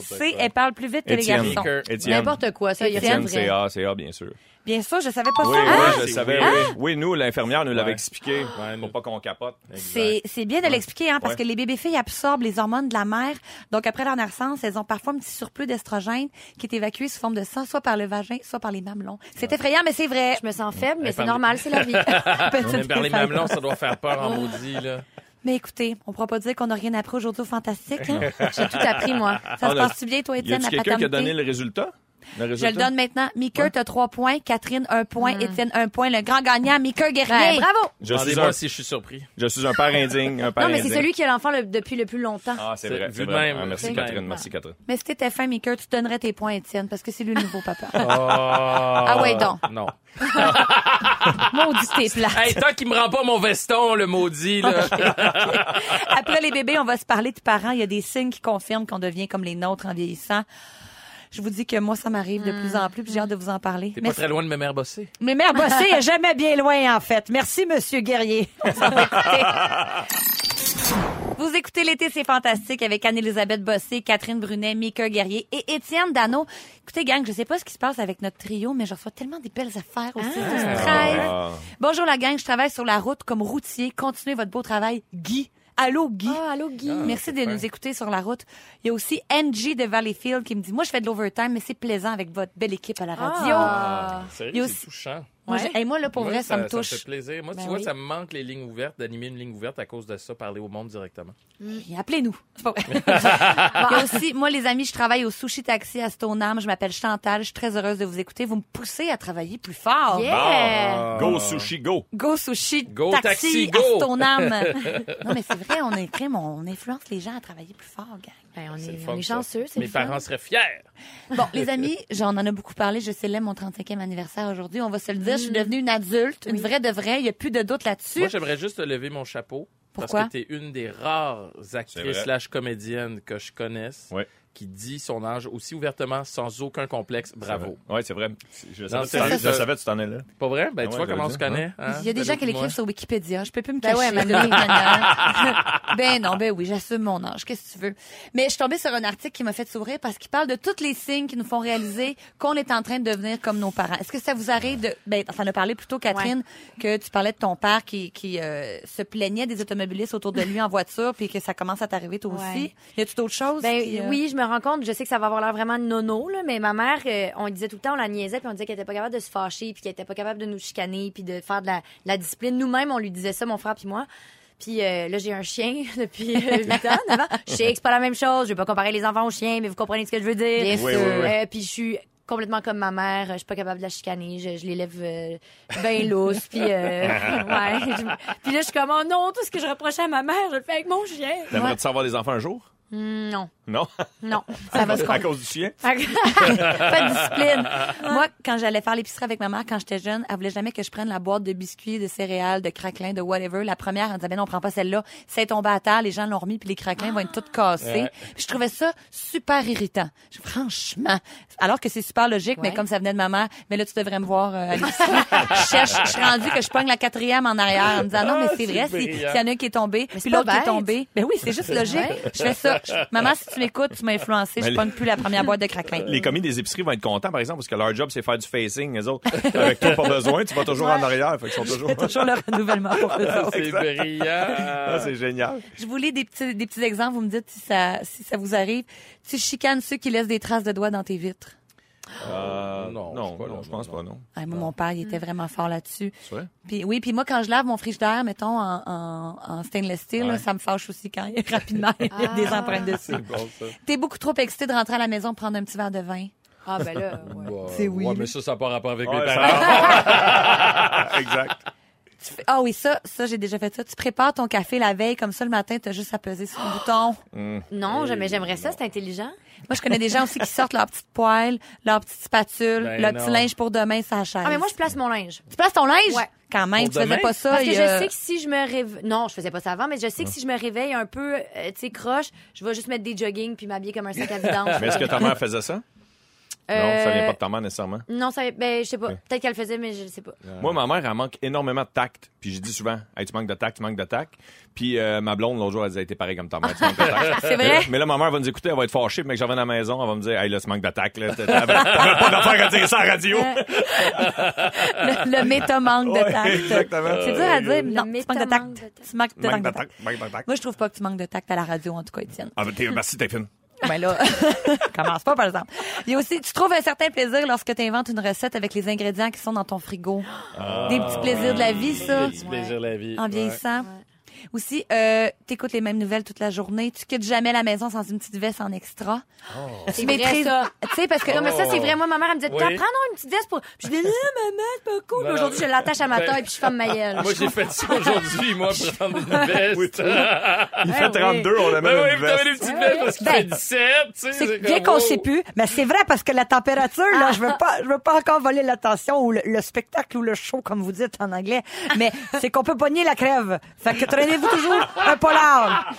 [SPEAKER 2] C, elles parlent plus vite que les
[SPEAKER 4] Étienne.
[SPEAKER 2] garçons.
[SPEAKER 4] Étienne.
[SPEAKER 5] N'importe quoi, ça, il rien de
[SPEAKER 4] Étienne,
[SPEAKER 5] vrai.
[SPEAKER 4] c'est A, c'est A, bien sûr.
[SPEAKER 2] Bien sûr, je savais pas
[SPEAKER 4] Oui,
[SPEAKER 2] ça.
[SPEAKER 4] oui,
[SPEAKER 2] Ah!
[SPEAKER 4] je le savais.
[SPEAKER 3] Ah!
[SPEAKER 4] Oui, Oui, nous, l'infirmière nous l'avait
[SPEAKER 3] Ouais.
[SPEAKER 4] expliqué
[SPEAKER 3] Ouais,
[SPEAKER 4] pour
[SPEAKER 3] nous-
[SPEAKER 4] pas qu'on capote.
[SPEAKER 2] C'est c'est bien de l'expliquer, hein, parce
[SPEAKER 4] Ouais.
[SPEAKER 2] que les bébés filles absorbent les hormones de la mère. Donc, après leur naissance, elles ont parfois un petit surplus d'estrogène qui est évacué sous forme de sang, soit par le vagin, soit par les mamelons. C'est effrayant, mais c'est vrai.
[SPEAKER 5] Je me sens faible, mais c'est
[SPEAKER 3] pardon.
[SPEAKER 5] normal, c'est la
[SPEAKER 4] [laughs]
[SPEAKER 5] vie.
[SPEAKER 3] Même
[SPEAKER 4] Ah,
[SPEAKER 2] Petite
[SPEAKER 3] par les
[SPEAKER 2] défaillance.
[SPEAKER 3] mamelons, ça doit faire peur en maudit, là.
[SPEAKER 2] Mais écoutez, on pourra pas dire qu'on n'a rien appris aujourd'hui au Fantastique. hein.
[SPEAKER 5] J'ai tout appris, moi.
[SPEAKER 2] Ça
[SPEAKER 4] Ah,
[SPEAKER 2] se
[SPEAKER 4] là,
[SPEAKER 2] passe-tu bien, toi,
[SPEAKER 4] Y
[SPEAKER 2] Étienne,
[SPEAKER 4] a-tu
[SPEAKER 2] la
[SPEAKER 4] quelqu'un qui a donné
[SPEAKER 2] paternité?
[SPEAKER 4] le résultat? Le
[SPEAKER 2] Je
[SPEAKER 4] résultat?
[SPEAKER 2] le donne maintenant. Mickey, t'as trois points. Catherine, un point. Étienne, un point. Le grand gagnant, Mickey
[SPEAKER 5] Ouais,
[SPEAKER 2] Guerrier.
[SPEAKER 5] bravo!
[SPEAKER 4] Je suis, un,
[SPEAKER 3] Demandez-moi si je suis surpris.
[SPEAKER 4] je suis un père indigne. Un père
[SPEAKER 5] Non, mais c'est
[SPEAKER 4] indigne.
[SPEAKER 5] celui qui a l'enfant le- depuis le plus longtemps.
[SPEAKER 4] Ah, c'est
[SPEAKER 3] C'est-
[SPEAKER 4] vrai.
[SPEAKER 3] vu
[SPEAKER 4] c'est
[SPEAKER 3] de
[SPEAKER 4] vrai.
[SPEAKER 3] même,
[SPEAKER 4] Ah, merci,
[SPEAKER 3] vu de
[SPEAKER 4] Catherine.
[SPEAKER 3] même.
[SPEAKER 4] Merci, Catherine.
[SPEAKER 2] Mais si t'étais fin, Mickey, tu donnerais tes points, à Étienne, parce que c'est lui le nouveau papa.
[SPEAKER 3] Ah
[SPEAKER 2] ouais, donc.
[SPEAKER 3] Non.
[SPEAKER 2] Maudit tes plats. [laughs]
[SPEAKER 3] Hey, tant qu'il me rend pas mon veston, le maudit, là.
[SPEAKER 2] Après les bébés, on va se parler de parents. Il y a des signes qui confirment qu'on devient comme les nôtres en vieillissant. Je vous dis que moi, ça m'arrive
[SPEAKER 5] Mm.
[SPEAKER 2] de plus en plus, puis j'ai hâte de vous en parler.
[SPEAKER 3] T'es pas
[SPEAKER 2] Merci.
[SPEAKER 3] très loin de me mère bosser.
[SPEAKER 2] Mais Mère Bossé est jamais bien loin, en fait. Merci, Monsieur Guerrier. On s'en va écouter. Vous écoutez l'été, c'est fantastique avec Anne-Elisabeth Bossé, Catherine Brunet, Mika Guerrier et Étienne Dano. Écoutez, gang, je sais pas ce qui se passe avec notre trio, mais je reçois tellement des belles affaires aussi.
[SPEAKER 4] Ah.
[SPEAKER 2] Bonjour la gang, je travaille sur la route comme routier. Continuez votre beau travail, Guy. Allô, Guy.
[SPEAKER 5] Ah, allô, Guy.
[SPEAKER 2] Merci de nous écouter sur la route. Il y a aussi Angie de Valleyfield qui me dit Moi, je fais de l'overtime, mais c'est plaisant avec votre belle équipe à la radio. Il
[SPEAKER 5] Ah.
[SPEAKER 2] y a
[SPEAKER 3] Sérieux,
[SPEAKER 2] aussi-
[SPEAKER 3] c'est touchant.
[SPEAKER 2] Moi,
[SPEAKER 5] Ouais.
[SPEAKER 2] je- hey, moi, là, pour
[SPEAKER 3] Moi,
[SPEAKER 2] vrai, ça, me
[SPEAKER 3] Ça me
[SPEAKER 2] touche.
[SPEAKER 3] fait plaisir. Moi,
[SPEAKER 2] Ben
[SPEAKER 3] tu vois,
[SPEAKER 2] oui.
[SPEAKER 3] ça me manque les lignes ouvertes, d'animer une ligne ouverte à cause de ça, parler au monde directement.
[SPEAKER 2] Et Appelez-nous. C'est pas vrai.
[SPEAKER 3] [laughs]
[SPEAKER 2] Il y a aussi, moi, les amis, je travaille au Sushi Taxi à Stoneham. Je m'appelle Chantal. Je suis très heureuse de vous écouter. Vous me poussez à travailler plus
[SPEAKER 4] Ah.
[SPEAKER 2] fort.
[SPEAKER 5] Yeah!
[SPEAKER 3] Ah.
[SPEAKER 4] Go, sushi, go.
[SPEAKER 2] Go Sushi
[SPEAKER 3] Go
[SPEAKER 2] Taxi,
[SPEAKER 3] Taxi, go.
[SPEAKER 2] à
[SPEAKER 3] [laughs]
[SPEAKER 2] Stoneham. non, mais c'est vrai, on imprime, on influence les gens à travailler plus fort, gang.
[SPEAKER 5] Ben, on,
[SPEAKER 3] C'est le
[SPEAKER 5] est,
[SPEAKER 3] fun,
[SPEAKER 5] on est
[SPEAKER 3] ça.
[SPEAKER 5] chanceux, c'est
[SPEAKER 3] Mes
[SPEAKER 5] le fun.
[SPEAKER 3] parents seraient fiers.
[SPEAKER 2] Bon, les amis, j'en en a beaucoup parlé. Je célèbre mon 35e anniversaire aujourd'hui. On va se le dire. Je suis devenue une adulte, une vraie de vraie. Il n'y a plus de doute là-dessus.
[SPEAKER 3] Moi, j'aimerais juste te lever mon chapeau.
[SPEAKER 2] Pourquoi?
[SPEAKER 3] Parce que t'es une des rares
[SPEAKER 4] C'est vrai.
[SPEAKER 3] actrices slash comédiennes que je connaisse
[SPEAKER 4] Ouais.
[SPEAKER 3] qui dit son âge aussi ouvertement, sans aucun complexe. Bravo.
[SPEAKER 4] Oui, c'est vrai. Je le savais,
[SPEAKER 3] Non,
[SPEAKER 4] tu t'en-
[SPEAKER 3] c'est-
[SPEAKER 4] je le savais, tu t'en es là.
[SPEAKER 3] Pas vrai? Ben, tu
[SPEAKER 4] Ouais,
[SPEAKER 3] vois
[SPEAKER 4] je le
[SPEAKER 3] comment on
[SPEAKER 4] dis.
[SPEAKER 3] se connaît. hein?
[SPEAKER 2] Il y a des
[SPEAKER 3] Ben,
[SPEAKER 2] gens qui
[SPEAKER 3] moi.
[SPEAKER 2] l'écrivent sur Wikipédia. Je peux plus me
[SPEAKER 5] Ben
[SPEAKER 2] cacher.
[SPEAKER 5] ouais,
[SPEAKER 2] de
[SPEAKER 5] Manon.
[SPEAKER 2] toute manière. [laughs] ben non, ben oui, j'assume mon âge. Qu'est-ce que tu veux? Mais je suis tombée sur un article qui m'a fait sourire parce qu'il parle de tous les signes qui nous font réaliser qu'on est en train de devenir comme nos parents. Est-ce que ça vous arrive de... Ben, ça en a parlé plus tôt, Catherine, que tu parlais de ton père qui, qui euh, se plaignait des automobilistes autour de lui en voiture puis que ça commence à t'arriver toi
[SPEAKER 5] Ouais.
[SPEAKER 2] aussi. Y a-tu d'autres choses?
[SPEAKER 5] Ben
[SPEAKER 2] qui, euh,
[SPEAKER 5] oui, je me rends compte, je sais que ça va avoir l'air vraiment nono, là, mais ma mère, euh, on lui disait tout le temps, on la niaisait, puis on disait qu'elle était pas capable de se fâcher, puis qu'elle était pas capable de nous chicaner, puis de faire de la, de la discipline. Nous-mêmes, on lui disait ça, mon frère puis moi. Puis euh, là, j'ai un chien [laughs] depuis 8 ans, 9 ans. Je sais que c'est pas la même chose, je vais pas comparer les enfants aux chiens, mais vous comprenez ce que je veux dire.
[SPEAKER 2] Bien
[SPEAKER 4] Oui, sûr. oui, oui.
[SPEAKER 5] Euh, puis je suis complètement comme ma mère, je suis pas capable de la chicaner, je, je l'élève euh,
[SPEAKER 2] [laughs]
[SPEAKER 5] ben lousse, puis euh, [laughs] ouais. je- Puis là, je suis comme, oh non, tout ce que je reprochais à ma mère, je le fais avec mon chien.
[SPEAKER 4] T'aimerais-tu savoir des enfants un jour?
[SPEAKER 5] Mm, Non,
[SPEAKER 4] Non?
[SPEAKER 5] non, ça va se
[SPEAKER 4] [laughs] à cause du chien?
[SPEAKER 5] [laughs] pas de discipline.
[SPEAKER 2] Moi, quand j'allais faire l'épicerie avec ma mère quand j'étais jeune, elle voulait jamais que je prenne la boîte de biscuits, de céréales, de craquelins, de whatever. La première, elle disait, ben non, on prend pas celle-là. C'est tombé à terre, les gens l'ont remis, puis les craquelins vont être tous cassés.
[SPEAKER 3] Ouais.
[SPEAKER 2] Puis je trouvais ça super irritant. Je- franchement. Alors que c'est super logique, mais
[SPEAKER 5] Ouais.
[SPEAKER 2] comme ça venait de ma mère, mais là, tu devrais me voir euh, à
[SPEAKER 5] [laughs]
[SPEAKER 2] l'épicerie. je cherche, je suis rendue que je pogne la quatrième en arrière en me disant, non,
[SPEAKER 5] Ah,
[SPEAKER 2] mais c'est
[SPEAKER 3] c'est
[SPEAKER 2] vrai, si- s'il
[SPEAKER 3] brillant.
[SPEAKER 2] y en a un qui est tombé,
[SPEAKER 5] c'est
[SPEAKER 2] puis
[SPEAKER 5] pas
[SPEAKER 2] l'autre qui est
[SPEAKER 5] bête.
[SPEAKER 2] tombé. Ben oui, c'est juste logique. Je fais ça. Je- Maman, si tu m'écoutes, tu m'as influencé, je
[SPEAKER 4] Mais-
[SPEAKER 2] pogne plus la première boîte de
[SPEAKER 3] Euh.
[SPEAKER 2] craquelins.
[SPEAKER 4] Les commis des épiceries vont être contents, par exemple, parce que leur job, c'est faire du facing, les autres. Avec toi, pas besoin, tu vas toujours en arrière. Fait
[SPEAKER 2] [laughs]
[SPEAKER 4] qu'ils sont toujours...
[SPEAKER 2] Toujours le renouvellement pour eux autres.
[SPEAKER 3] C'est
[SPEAKER 4] Ah,
[SPEAKER 3] brillant.
[SPEAKER 4] [laughs] c'est génial.
[SPEAKER 2] Je vous lis des petits, des petits exemples. Vous me dites si ça, si ça vous arrive. Tu chicanes ceux qui laissent des traces de doigts dans tes vitres.
[SPEAKER 4] Euh,
[SPEAKER 3] non,
[SPEAKER 4] non,
[SPEAKER 3] je sais pas,
[SPEAKER 4] non,
[SPEAKER 3] non,
[SPEAKER 4] je pense
[SPEAKER 3] non.
[SPEAKER 4] pas, non.
[SPEAKER 2] Ah, moi, mon père, il
[SPEAKER 3] Mm.
[SPEAKER 2] était vraiment fort là-dessus.
[SPEAKER 4] C'est vrai?
[SPEAKER 2] Puis oui, puis moi, quand je lave mon frigidaire, mettons, en, en, en stainless steel, là, ça me fâche aussi quand il y a rapidement il y a
[SPEAKER 3] Ah.
[SPEAKER 2] [laughs] des empreintes
[SPEAKER 4] Ah.
[SPEAKER 2] dessus.
[SPEAKER 3] Bon, ça.
[SPEAKER 2] T'es beaucoup trop excité de rentrer à la maison prendre un petit verre de vin.
[SPEAKER 5] Ah ben là, ouais.
[SPEAKER 3] Bah,
[SPEAKER 2] [laughs] C'est oui,
[SPEAKER 3] Ah, ouais,
[SPEAKER 2] là.
[SPEAKER 3] mais ça, ça n'a pas rapport avec
[SPEAKER 4] Ouais, [laughs]
[SPEAKER 3] mes
[SPEAKER 4] ça
[SPEAKER 3] parents.
[SPEAKER 4] exact.
[SPEAKER 2] Tu fais- Ah oui, ça, ça j'ai déjà fait ça. Tu prépares ton café la veille, comme ça le matin, t'as juste à peser sur le [gasps] bouton.
[SPEAKER 5] Non, j'aimais- j'aimerais ça, c'est intelligent.
[SPEAKER 2] Moi, je connais des gens aussi qui sortent leur petite poêle, leur petite spatule,
[SPEAKER 3] Ben
[SPEAKER 2] leur
[SPEAKER 3] non.
[SPEAKER 2] petit linge pour demain, ça chaise.
[SPEAKER 5] Ah, mais moi, je place mon linge.
[SPEAKER 2] Tu places ton linge?
[SPEAKER 5] Ouais.
[SPEAKER 2] Quand même,
[SPEAKER 3] Pour
[SPEAKER 2] tu faisais
[SPEAKER 3] demain?
[SPEAKER 2] pas ça.
[SPEAKER 5] Parce que
[SPEAKER 2] il y
[SPEAKER 5] je
[SPEAKER 2] a-
[SPEAKER 5] sais que si je me réveille... Non, je faisais pas ça avant, mais je sais que si je me réveille un peu, euh, tu sais, croche, je vais juste mettre des joggings puis m'habiller comme un sac à vidange.
[SPEAKER 4] Mais est-ce que ta mère faisait ça? Non,
[SPEAKER 5] Euh,
[SPEAKER 4] ça vient pas de ta mère nécessairement.
[SPEAKER 5] Non, ça, ben, je sais pas. Peut-être qu'elle le faisait, mais je le sais pas.
[SPEAKER 4] Moi, ma mère, elle manque énormément de tact. Puis j'ai dit souvent, hey, tu manques de tact, tu manques de tact. Puis euh, ma blonde, l'autre jour, elle disait, t'es pareil comme ta mère, tu manques de tact.
[SPEAKER 3] [laughs]
[SPEAKER 2] C'est
[SPEAKER 4] Mais,
[SPEAKER 2] vrai?
[SPEAKER 4] mais là, ma mère va nous écouter, elle va être fâchée. Puis mec, j'en vais à la maison, elle va me dire, hey, là, tu manques de tact. là. T'avais t'avais pas d'affaire à dire ça à la radio.
[SPEAKER 2] le, le méta manque de
[SPEAKER 4] Ouais,
[SPEAKER 2] tact.
[SPEAKER 4] exactement.
[SPEAKER 2] C'est dur à dire.
[SPEAKER 5] Le
[SPEAKER 2] Non, tu manques de
[SPEAKER 5] méta-manque
[SPEAKER 2] tact.
[SPEAKER 5] de tact.
[SPEAKER 2] Tu manques de
[SPEAKER 4] Manque de
[SPEAKER 2] tact.
[SPEAKER 4] tact, manque de tact.
[SPEAKER 2] Moi, je trouve pas que tu manques de tact à la radio, en tout cas, [laughs] Étienne.
[SPEAKER 4] Ah, ben, t'es- merci, t'es fine.
[SPEAKER 2] Ben là, [laughs] commence pas, par exemple. Il y a aussi, tu trouves un certain plaisir lorsque tu inventes une recette avec les ingrédients qui sont dans ton frigo. Des petits plaisirs de la vie, ça,
[SPEAKER 3] Des petits plaisirs de la vie.
[SPEAKER 2] en vieillissant. Aussi, euh, t'écoutes les mêmes nouvelles toute la journée. Tu quittes jamais la maison sans une petite veste en extra.
[SPEAKER 5] C'est
[SPEAKER 2] Tu
[SPEAKER 5] vrai,
[SPEAKER 2] maîtrises-
[SPEAKER 5] ça.
[SPEAKER 2] Tu sais, parce que...
[SPEAKER 5] Non, mais ça, c'est vraiment ma mère, elle me disait,
[SPEAKER 3] Oui.
[SPEAKER 5] tiens, prends donc une petite veste pour. Puis je dis, non, maman, c'est pas cool.
[SPEAKER 3] Non,
[SPEAKER 5] Puis aujourd'hui,
[SPEAKER 3] non.
[SPEAKER 5] je l'attache à ma
[SPEAKER 3] Ben-
[SPEAKER 5] taille, puis je ferme ma gueule.
[SPEAKER 3] Ouais. Moi, j'ai fait ça aujourd'hui, moi,
[SPEAKER 2] [laughs]
[SPEAKER 3] pour prendre une veste. [laughs]
[SPEAKER 4] Il fait 32, on a
[SPEAKER 3] Ben oui,
[SPEAKER 4] même
[SPEAKER 3] vous avez des petites vestes parce qu'il
[SPEAKER 2] Ben,
[SPEAKER 3] fait 17, tu sais.
[SPEAKER 2] C'est
[SPEAKER 3] c'est
[SPEAKER 2] bien
[SPEAKER 3] comme, oh.
[SPEAKER 2] qu'on sait
[SPEAKER 3] wow.
[SPEAKER 2] plus, mais c'est vrai parce que la température, là,
[SPEAKER 3] [laughs]
[SPEAKER 2] je veux pas, je veux pas encore voler l'attention ou le, le spectacle ou le show comme vous dites en anglais, mais c'est qu'on peut pogner la crève. Fait que traînez-vous toujours un polar.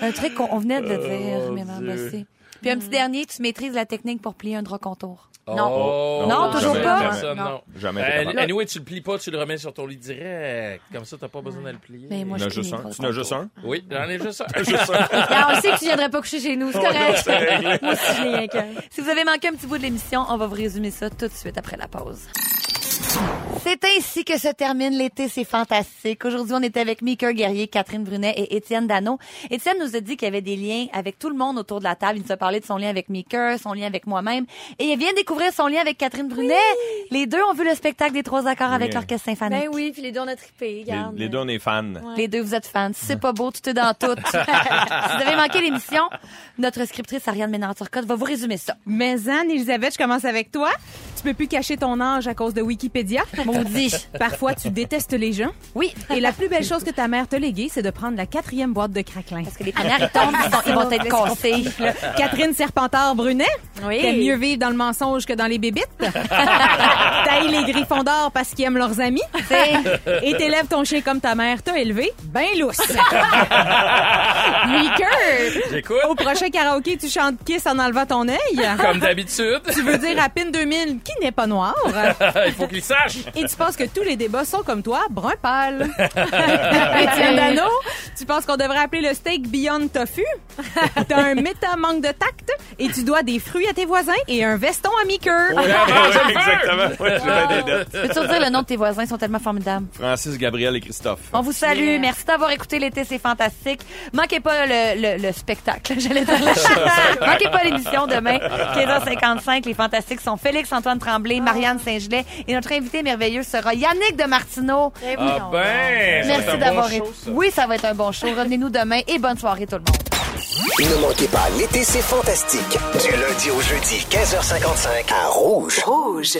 [SPEAKER 2] Un truc qu'on on venait de le dire,
[SPEAKER 3] Oh, mon
[SPEAKER 2] mais maman
[SPEAKER 3] Dieu.
[SPEAKER 2] bossée. Puis un petit dernier, tu maîtrises la technique pour plier un drap contour.
[SPEAKER 3] Oh,
[SPEAKER 2] Non, toujours
[SPEAKER 3] jamais,
[SPEAKER 2] pas.
[SPEAKER 3] personne,
[SPEAKER 5] Non.
[SPEAKER 3] non.
[SPEAKER 4] Jamais été
[SPEAKER 3] Euh,
[SPEAKER 4] capable.
[SPEAKER 3] anyway, tu le plies pas, tu le remets sur ton lit direct. Comme ça, t'as pas besoin de le plier.
[SPEAKER 2] Mais Ben, moi,
[SPEAKER 4] Tu
[SPEAKER 2] je
[SPEAKER 4] n'as
[SPEAKER 2] plie
[SPEAKER 4] juste
[SPEAKER 2] mes
[SPEAKER 4] un.
[SPEAKER 2] draps
[SPEAKER 4] Tu n'as juste
[SPEAKER 2] contours.
[SPEAKER 4] un.
[SPEAKER 3] Oui, j'en ai [laughs] juste un.
[SPEAKER 5] Regarde, on sait que tu viendrais pas coucher chez nous, c'est correct. [laughs] Moi aussi, je n'ai rien qu'un.
[SPEAKER 2] Si vous avez manqué un petit bout de l'émission, on va vous résumer ça tout de suite après la pause. C'est ainsi que se termine l'été, c'est fantastique. Aujourd'hui, on était avec Mika Guerrier, Catherine Brunet et Étienne Dano. Étienne nous a dit qu'il y avait des liens avec tout le monde autour de la table. Il nous a parlé de son lien avec Mika, son lien avec moi-même. Et il vient de découvrir son lien avec Catherine Brunet. Les deux ont vu le spectacle des trois accords avec l'Orchestre symphonique.
[SPEAKER 5] Ben oui, puis les deux, on a trippé,
[SPEAKER 4] Les,
[SPEAKER 5] regarde. euh,
[SPEAKER 4] les deux, on est fans.
[SPEAKER 2] Les deux, vous êtes fans. C'est pas beau, tout est dans tout. [laughs] si vous avez manqué l'émission, notre scriptrice Ariane Ménard-Turcotte va vous résumer ça.
[SPEAKER 6] Mais Anne, Elisabeth, je commence avec toi. Tu peux plus cacher ton âge à cause de Wikipédia. Maudit. Parfois, tu détestes les gens.
[SPEAKER 2] Oui,
[SPEAKER 6] Et la plus belle chose que ta mère t'a léguée, c'est de prendre la quatrième boîte de craquelin.
[SPEAKER 2] Parce que les premières, ils tombent, ils, sont- ils vont être cassés.
[SPEAKER 6] [laughs] Catherine Serpentard-Brunet.
[SPEAKER 5] Oui.
[SPEAKER 6] T'aimes mieux vivre dans le mensonge que dans les bébites. [laughs] T'haïs les griffons d'or parce qu'ils aiment leurs amis. Et t'élèves ton chien comme ta mère t'a élevé. Ben lousse. Weaker.
[SPEAKER 3] J'écoute,
[SPEAKER 6] Au prochain karaoké, tu chantes Kiss en enlevant ton œil.
[SPEAKER 3] comme d'habitude. [laughs]
[SPEAKER 6] Tu veux dire à PIN 2000 qui n'est pas noir.
[SPEAKER 3] Il faut qu'il sache.
[SPEAKER 2] Eh
[SPEAKER 6] Et tu penses que tous les débats sont comme toi, brun pâle. Étienne Dano, tu penses qu'on devrait appeler le steak Beyond Tofu? T'as un méta manque de tact et tu dois des fruits à tes voisins et un veston à Mickey.
[SPEAKER 4] [laughs] Ouais, exactement. Ouais, j'ai bien des dettes.
[SPEAKER 2] Peux-tu redire le nom de tes voisins? Ils sont tellement formidables.
[SPEAKER 4] Francis, Gabriel et Christophe.
[SPEAKER 2] On vous salue. Merci d'avoir écouté l'été, c'est fantastique. Manquez pas le, le- le spectacle, [laughs] j'allais dire. le show. Manquez pas l'émission demain, 15h55. Les fantastiques sont Félix-Antoine Tremblay, Marianne Saint-Gelais et notre invité merveilleux sera Yannick de Martineau.
[SPEAKER 3] Ah ben, ça va être un
[SPEAKER 2] Merci
[SPEAKER 3] bon
[SPEAKER 2] d'avoir
[SPEAKER 3] show,
[SPEAKER 2] été.
[SPEAKER 3] ça.
[SPEAKER 2] Oui, ça va être un bon show. Revenez-nous demain et bonne soirée tout le monde.
[SPEAKER 1] Ne manquez pas, l'été, c'est fantastique. Du lundi au jeudi, 15h55, à Rouge. Rouge.